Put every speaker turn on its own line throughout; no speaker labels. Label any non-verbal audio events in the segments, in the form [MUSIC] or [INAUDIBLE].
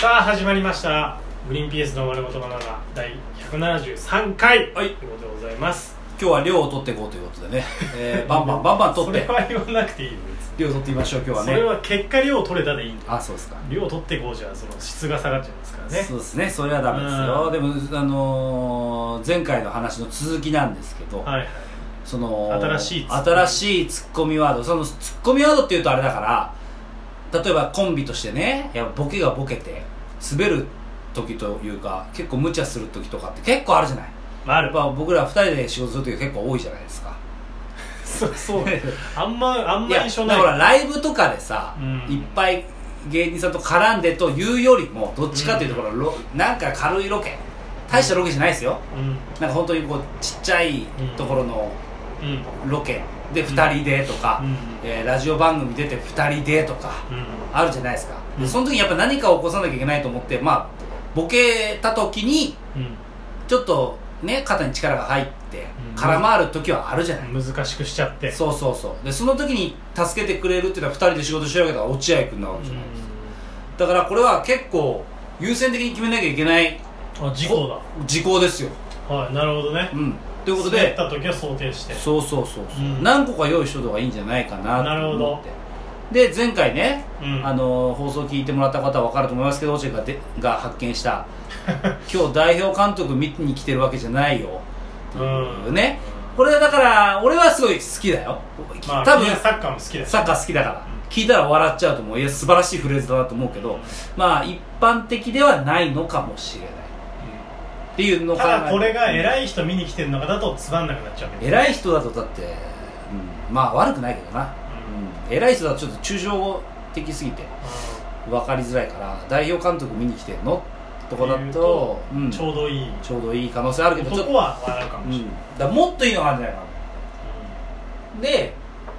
さあ始まりましたグリーンピースの丸ごとバナナ第173回
はい
ということでございます
今日は量を取っていこうということ [LAUGHS] でね、えーバンバンバンバン取っ
それ
て
は言わなくていいよ別に
量取ってみましょう今日は
そ
ね
れは結果量取れたでいいんだ
あそうですか、
量取ってこうじゃその質が下がっちゃいますからね
そうですねそれはダメですよでも、あのー前回の話の続きなんですけど、
はいはい
その
新しいツッコミ
新しいツッコミワードそのツッコミワードっていうとあれだから例えばコンビとしてねいやボケがボケて滑る時というか結構無茶する時とかって結構あるじゃない
まあ、あ
やっ
る
ぱ僕ら二人で仕事する時が結構多いじゃないですか
そう
[LAUGHS]
そうあんまあん
い
ま
や
印象
だ
ない
からライブとかでさ、
うん
いっぱい芸人さんと絡んでというよりもどっちかというところ、ロなんか軽いロケ大したロケじゃないですよ
うん
なんか本当にこうちっちゃいところの
うん
ロケで2人でとか、
うん
えーラジオ番組出て2人でとか
うん
あるじゃないですか、で
うん
その時にやっぱ何かを起こさなきゃいけないと思ってまあボケた時にちょっとね肩に力が入って
うん
空回る時はあるじゃない、
うん難しくしちゃって
そうそうそうでその時に助けてくれるっていうのは2人で仕事してるわけだから落合君なわけじゃない、だからこれは結構優先的に決めなきゃいけない
うんあ事故だ
事項ですよ
はいなるほどね
うんということ
滑っ
で
た時は想定して
そうそうそうそう、
うん
何個か用意しといた方がいいんじゃないかな
なるほ
と
ど
思ってで前回ね、
うん
あの放送聞いてもらった方は分かると思いますけど落合がでが発見した
[LAUGHS]
今日代表監督見に来てるわけじゃないよっていうね、これはだから俺はすごい好きだよ、
まあ
多
多
分
分サッカーも好きです
サッカー好きだから聞いたら笑っちゃうと思ういや素晴らしいフレーズだなと思うけどまあ一般的ではないのかもしれないっていうのを考え
ただこれが
い
偉い人見に来てるのかだとつまんなくなっちゃうい、
偉い人だとだって、うんまあ悪くないけどな、うん、偉い人だとちょっと抽象的すぎて分かりづらいから代表監督見に来てんのとこだ
っていう
と
と、
うん、
ち
ちょ
ょうどいいう
どいい可能性あるけどちょっ
男
と、
は笑うか
う
もしれ
ん
ない、、
だからもっといいのがあるんじゃないかなで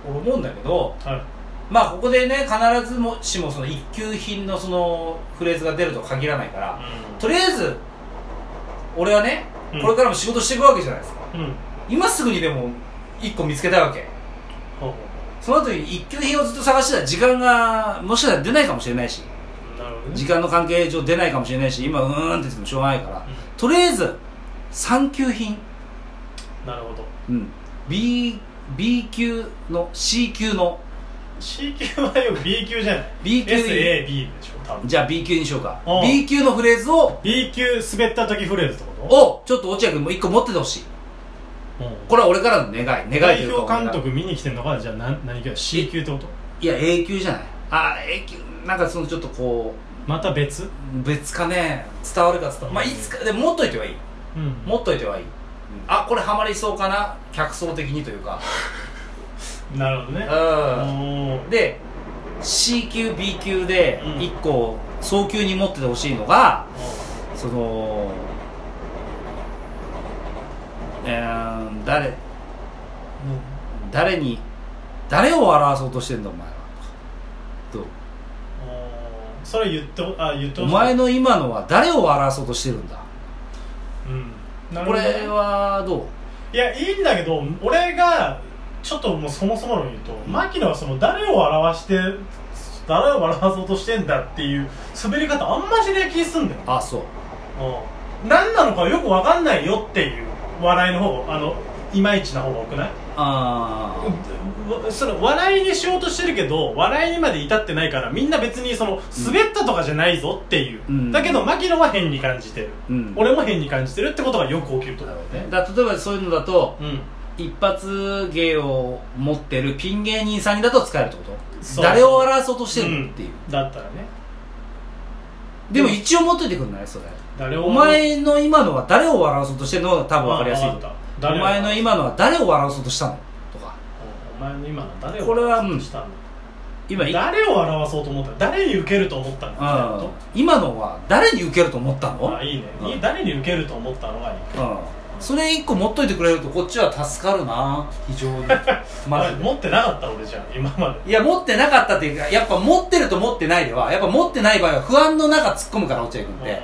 俺思うんだけど
うんはい
まあここでね必ずもしもその一級品のそのフレーズが出るとは限らないからとりあえず俺はね
うん
これからも仕事していくわけじゃないですか、
うんうん
今すぐにでも一個見つけたいわけ
ほうほ
その後に一級品をずっと探してたら時間がもしかしたら出ないかもしれないし
うなるほどね
時間の関係上出ないかもしれないし今うーんって言ってもしょうがないから
う
とりあえず3級品、
んなるほど
うん、B, B 級の C 級の
C 級はよく B 級じゃない
B 級
SAB でしょ多分
じゃあ B 級にしようか
うん
B 級のフレーズを
B 級滑った時フレーズってこと
をちょっと落合君も一個持っててほしい
うん
これは俺からの願い願いとい
代
うか
表監督見に来てんのかじゃあ何何級 C 級ってこと
いや A 級じゃないあー A 級なんかそのちょっとこ
また別
う別かね伝わるか伝わるまあいつかでも持っといてはいい
うん
持っといてはいい、あこれハマりそうかな客層的にというか
なるほどね
う
お
ん
ー
で C 級 B 級で
うん
1個早急に持っててほしいのがそのえー誰誰に誰を笑わそうとしてんだお前はどう
おーそれ言ってほあ言って
お
ほしい
前の今のは誰を笑わそうとしてるんだ
うんなる
こ
ほどね
れはどう
いやいいんだけど俺がちょっともうそもそもの言うと牧野はその誰を表して誰を笑わそうとしてんだっていう滑り方あんましねえ気すんだよ、
あそう
うん、何なのかよくわかんないよっていう笑いの方あのいまいちな方が多くない
あー
うんその笑いにしようとしてるけど笑いにまで至ってないからみんな別にその滑ったとかじゃないぞっていう、
うん
だけど牧野は変に感じてる、
うん
俺も変に感じてるってことがよく起きるとだよね
だから例えばそういうのだと
うん
一発芸を持ってるピン芸人さんにだと使えるってこ
そ
と
う
誰を笑わそうとしてるのっていう、
だったらね
でも一応持っといてくんないそれ
誰を
お前の今のは誰を笑わそうとしてるのが多分分かりやすい
あ分かった
お
誰を
前の今のは誰を笑わそうとしたのとか
お前の今の誰を
これは
そうしたの
今い
誰を表そうと思ったの誰に受けると思ったの
うん今のは誰に受けると思ったの、
あいいね、
うん
誰に受けると思ったのがいい
うん、それ一個持っといてくれるとこっちは助かるな非
[LAUGHS]
常にマジ
あ
で
持ってなかった俺じゃん今まで
いや持ってなかったっていうかやっぱ持ってると持ってないではやっぱ持ってない場合は不安の中突っ込むから落合君って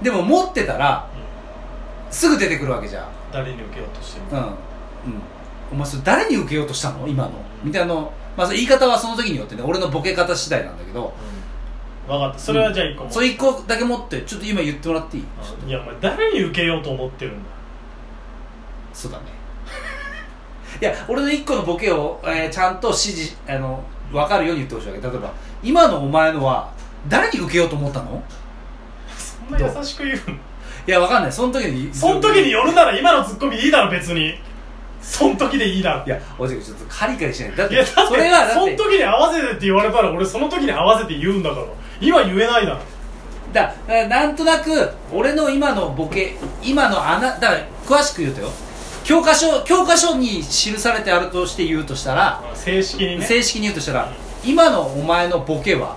でも持ってたら
うん
すぐ出てくるわけじゃん
誰に受けようとしてる
うん、うん、お前それ誰に受けようとしたの今のみたいなの、まあ、それ言い方はその時によってね俺のボケ方次第なんだけど
分かったそれはじゃあ1個も、
それ1個だけ持ってちょっと今言ってもらっていい
いやお前誰に受けようと思ってるんだ [LAUGHS]
そうだね [LAUGHS] いや俺の1個のボケを、えーちゃんと指示あの分かるように言ってほしいわけ例えば今のお前のは誰に受けようと思ったの
そんな優しく言うの
いや分かんないその時に
その時によるなら今のツッコミいいだろ別にその時でいいだろ
いやおじいちょっとカリカリしないだっ
いや
て
だって
それはだ
そ
っ
の
て
時に合わせてって言われたら俺その時に合わせて言うんだから今言えないだろ
だだなんとなく俺の今のボケ今の穴だから詳しく言うとよ教科書教科書に記されてあるとして言うとしたら、
正式にね
正式に言うとしたら、今のお前のボケは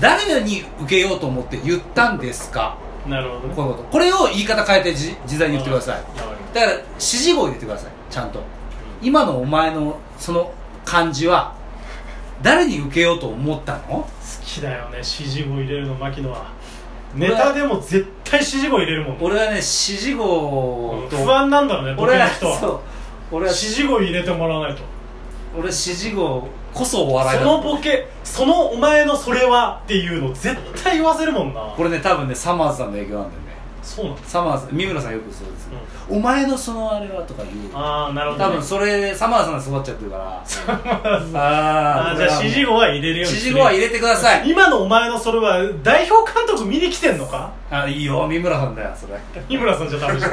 誰に受けようと思って言ったんですか
うんなるほどね
このことこれを言い方変えてじ自在に言ってください
うんわかりまし
だから指示語を入れてくださいちゃんと今のお前のその感じは誰に受けようと思ったの
た好きだよね指示語入れるの牧野はネタでも絶対指示語入れるもん、
俺はね指示語
うん
と
不安なんだろうね僕
俺
の
は
人は
そう俺は
指示語入れてもらわないと
俺指示語こそお笑い
そ
だ
のボケそのお前のそれはっていうの絶対言わせるもんな
これね多分ねサマーズさんの影響なんだよね
そうなんだ、
サマーズ三村さんよくそうです、お前のそのあれはとか言う
ああなるほ
多
ど、
分それでサマーズさんで育っちゃってるから
あ
あ
ー
ー
じゃあ指示語は入れるよう
指
に
示語は入れてください
今のお前のそれは代表監督見に来てんのか
あいいよ三村さんだよそれっ
三村さんじゃダメじ
[LAUGHS]
ゃん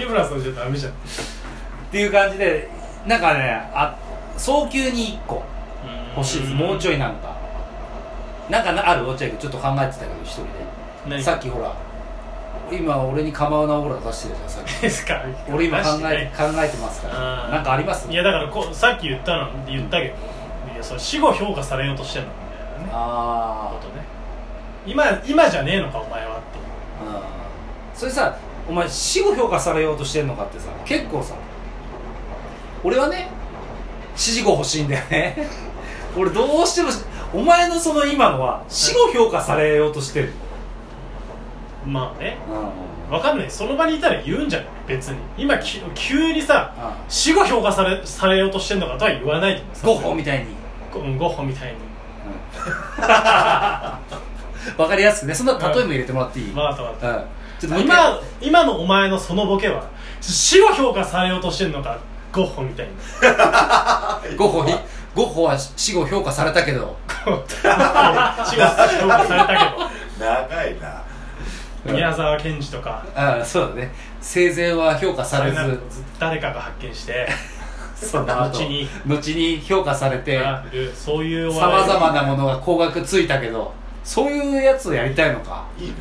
三村さんじゃダメじゃん、
ていう感じでなんかねあ早急に1個欲しいですもうちょいなんかなんかなある落合君ちょっと考えてたけど一人で
何
さっきほら今俺に構わなオーラ出してるじゃんさっき
ですか
俺今考
出してな
え
い
考えてますから
あー
なんかあります
いやだからこうさっき言ったの言ったけど、いやそれ死後評価されようとしてんのみたいなねこ
あ
とね今今じゃねえのかお前はっていう
あそれさお前死後評価されようとしてんのかってさ結構さ俺はね死事後欲しいんだよね [LAUGHS] 俺どうしてもお前のその今のは死後評価されようとしてる、
まあね
うん
わかんないその場にいたら言うんじゃない別に今き急にさ
あ
死後評価されされようとしてんのかとは言わないと
ゴ
思
ッホみたいに
ううんゴッホみたいに
[LAUGHS] わかりやすくねそんな例えも入れてもらっていい、うん、ちょ
わかったわかった
っともう一回
今今のお前のそのボケは死後評価されようとしてんのかゴッホみたい
[LAUGHS]
に
ゴッホにゴッホは死後評価されたけど
死後評価された
長いな
けど宮沢賢治とか
ああそうだね生前は評価され
あれなん
ず
か誰かが発見して [LAUGHS]
そ
後に
後に評価されて
あるそういうお
さ
笑
ま
い
ざまなものが高額ついたけどそういうやつをやりたい
[LAUGHS]
のか
いいね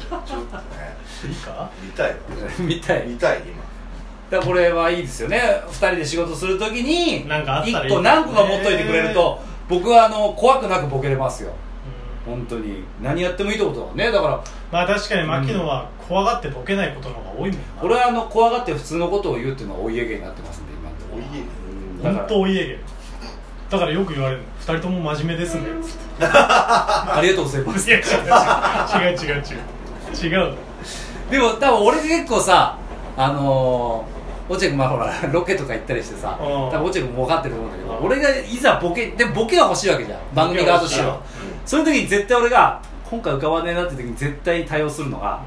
それちょっとね
いいか
見たいわ
みたい
見たい今
だからこれはいいですよね2人で仕事するときに
なんかあったらいい
1個何個か持っといてくれると僕はあの怖くなくボケれますよ
うん
本当に何やってもいいってことだねだから
まあ確かに牧野は怖がってボケないことの方が多いもんな
俺はあの怖がって普通のことを言うっていうのがお家芸になってますんで今のとこ
お
ろ
家
うんだ
本
か
当お家芸だからよく言われるの二人とも真面目ですねつっ
らありがとうございます
ていや違う違う違う違う違う
でも多分俺結構さあのー、落合君まあほらロケとか行ったりしてさ
うん
多分落合君も分かってると思うんだけど
うん
俺がいざボケでボケは欲しいわけじゃん番組側として
ボケ
は
は
その時に絶対俺が今回浮かばねえなって時に絶対対応するのが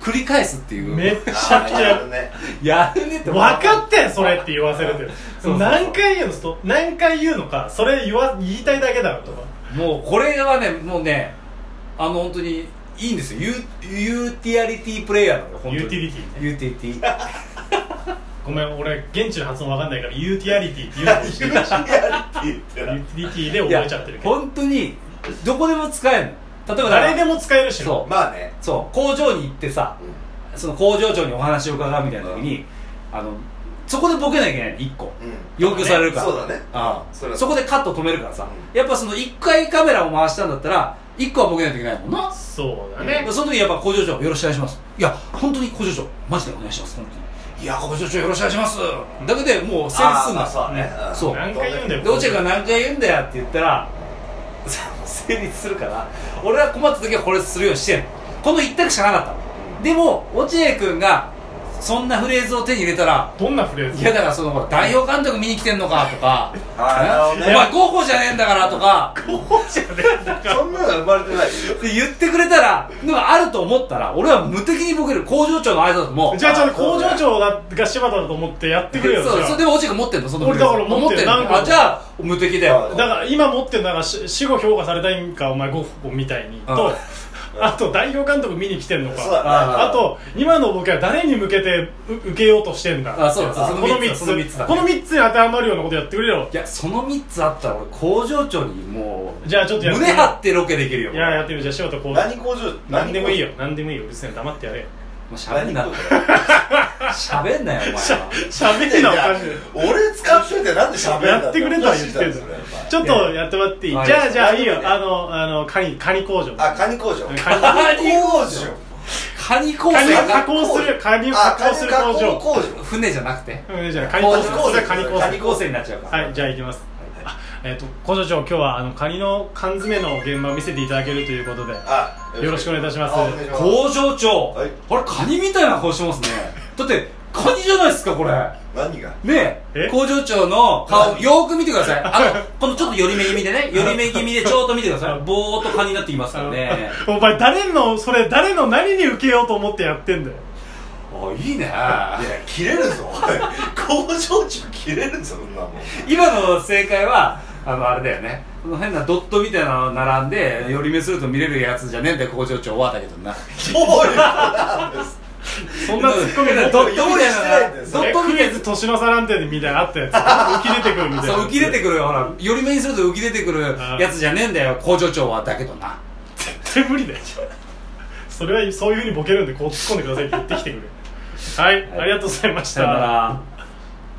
繰り返すっていう
めっちゃくちゃ
るね
やるねって
分
思う
かってんそれって言わせるって
そうそう
何回言うのそ何回言うのかそれ言わ言いたいだけだろとか
もうこれはねもうねあの本当にいいんですよユーユーティアリティプレイヤーなのよ本当に
ユーティリティね
ユーティ
[LAUGHS]
リティ
ごめん俺現地の発音わかんないからユーティアリティって言うのかもしれないしユ
言って
ーティリティで
い
覚えちゃ
や
ってるけど
本当にどこでも使えるの例えば
誰でも使えるしな
そう
まあね
そう工場に行ってさ
う
その工場長にお話を伺うみたいな時に、あのそこでボケなきゃいけないの1個
んうん
要求されるから、
そうだね
ああ
そ
そ
れは
こでカット止めるからさ、
う
やっぱその1回カメラを回したんだったら1個はボケないといけないもんな、
そうだね
その時やっぱ工場長よろしくお願いしますいや本当に工場長マジでお願いします本当にいや工場長よろしくお願いしますだけでもう成立すんだ
あーまあそうだねん
そう
何回言うんだよ
で落合君が何回言うんだよって言ったら成立するから俺は困った時はこれするようにしてんのこの一択しかなかったのでも落合君がそんなフレーズを手に入れたら
どんなフレー
い
ズ
やだからそのほら代表監督見に来てんのかとか
はい
ね
あの
お
ね
前ゴッホじゃねえんだからとか
そんなの生まれてないですよ
って言ってくれたらのがあると思ったら俺は無敵にボケる工場長の挨拶も
じゃあちょっと工場長だが柴田だと思ってやってくれよ
そう
じゃ
そ
あ
れでも落合君持ってんのそのフレーズ
俺だから持ってる
あ
なんか
じゃあ無敵だよ
あ
だから今持ってるのがし死後評価されたいんかお前ゴッホみたいにとあと代表監督見に来てんの
そうだ
か
な
あと今のボケは誰に向けてう受けようとしてんだ
あそうだそうそ
こ
の
の3
3つ
つ
その3つだ
この3つに当てはまるようなことやってくれよ
いやその3つあったら俺工場長にもう
じゃあちょっとやって
胸張ってロケできるよ
いややってみるじゃあ柴田こう
何工場
何でもいいよ何でもいいようるせえな黙ってやれよ
もうしゃべん
何
な
工場
しゃべんなよお前
しゃ
は
しゃべんなおかしい
俺使っててなんで喋んだ
やってくれとは言ってんだよちょっとやってもらっていい
はい
じゃあじゃあいい
はい
よあのあのカニカニ工場
あカニ工場
[LAUGHS] カニ
カニ
工場
カニ工場
カニ
が
加工するカニを加
あカ
工
ニ
する
加
工
工
場
工場
船じゃなくて
うんじゃあカニ工場カニ工
カ
場
ニ構成になっちゃうから
はいじゃあ行きますあえっと工場長今日はあのカニの缶詰の現場を見せていただけるということで
あ
よろしくお願いいたします
あお願いします
工場長、
はい
あれカニみたいな顔してますねだってカニじゃないですかこれ
何が
ね
え
え工場長の顔
は
よーく見てく
[LAUGHS]
ださいあのこのちょっと寄り目気味でね寄り目気味でちょっと見てくださいぼーっとカニになってきますからね
あ [LAUGHS] のお前誰のそれ誰の何に受けようと思ってやってんだよ
あいいね
いや切れるぞおい工場長切れるぞそんなもん
今の正解はあのあれだよねこの変なドットみたいなの並んで寄り目すると見れるやつじゃねえんだよ工場長はだけどな
どういうことなんです
そんなツッコミ
ドッ
の
トみたいなのがド
そ
ッ
え
トみ
ク
たい
イ
な
ズ年の差なんてみたいな
[LAUGHS]
のあったやつ浮き出てくるみたいな
そう浮き出てくるよほら寄り目にすると浮き出てくるやつじゃねえんだよ工場長はだけどな
絶対無理だよそれはそういうふうにボケるんでこう突っ込んでくださいって言ってきてくれはい、ありがとうございまし
さよな
た
ら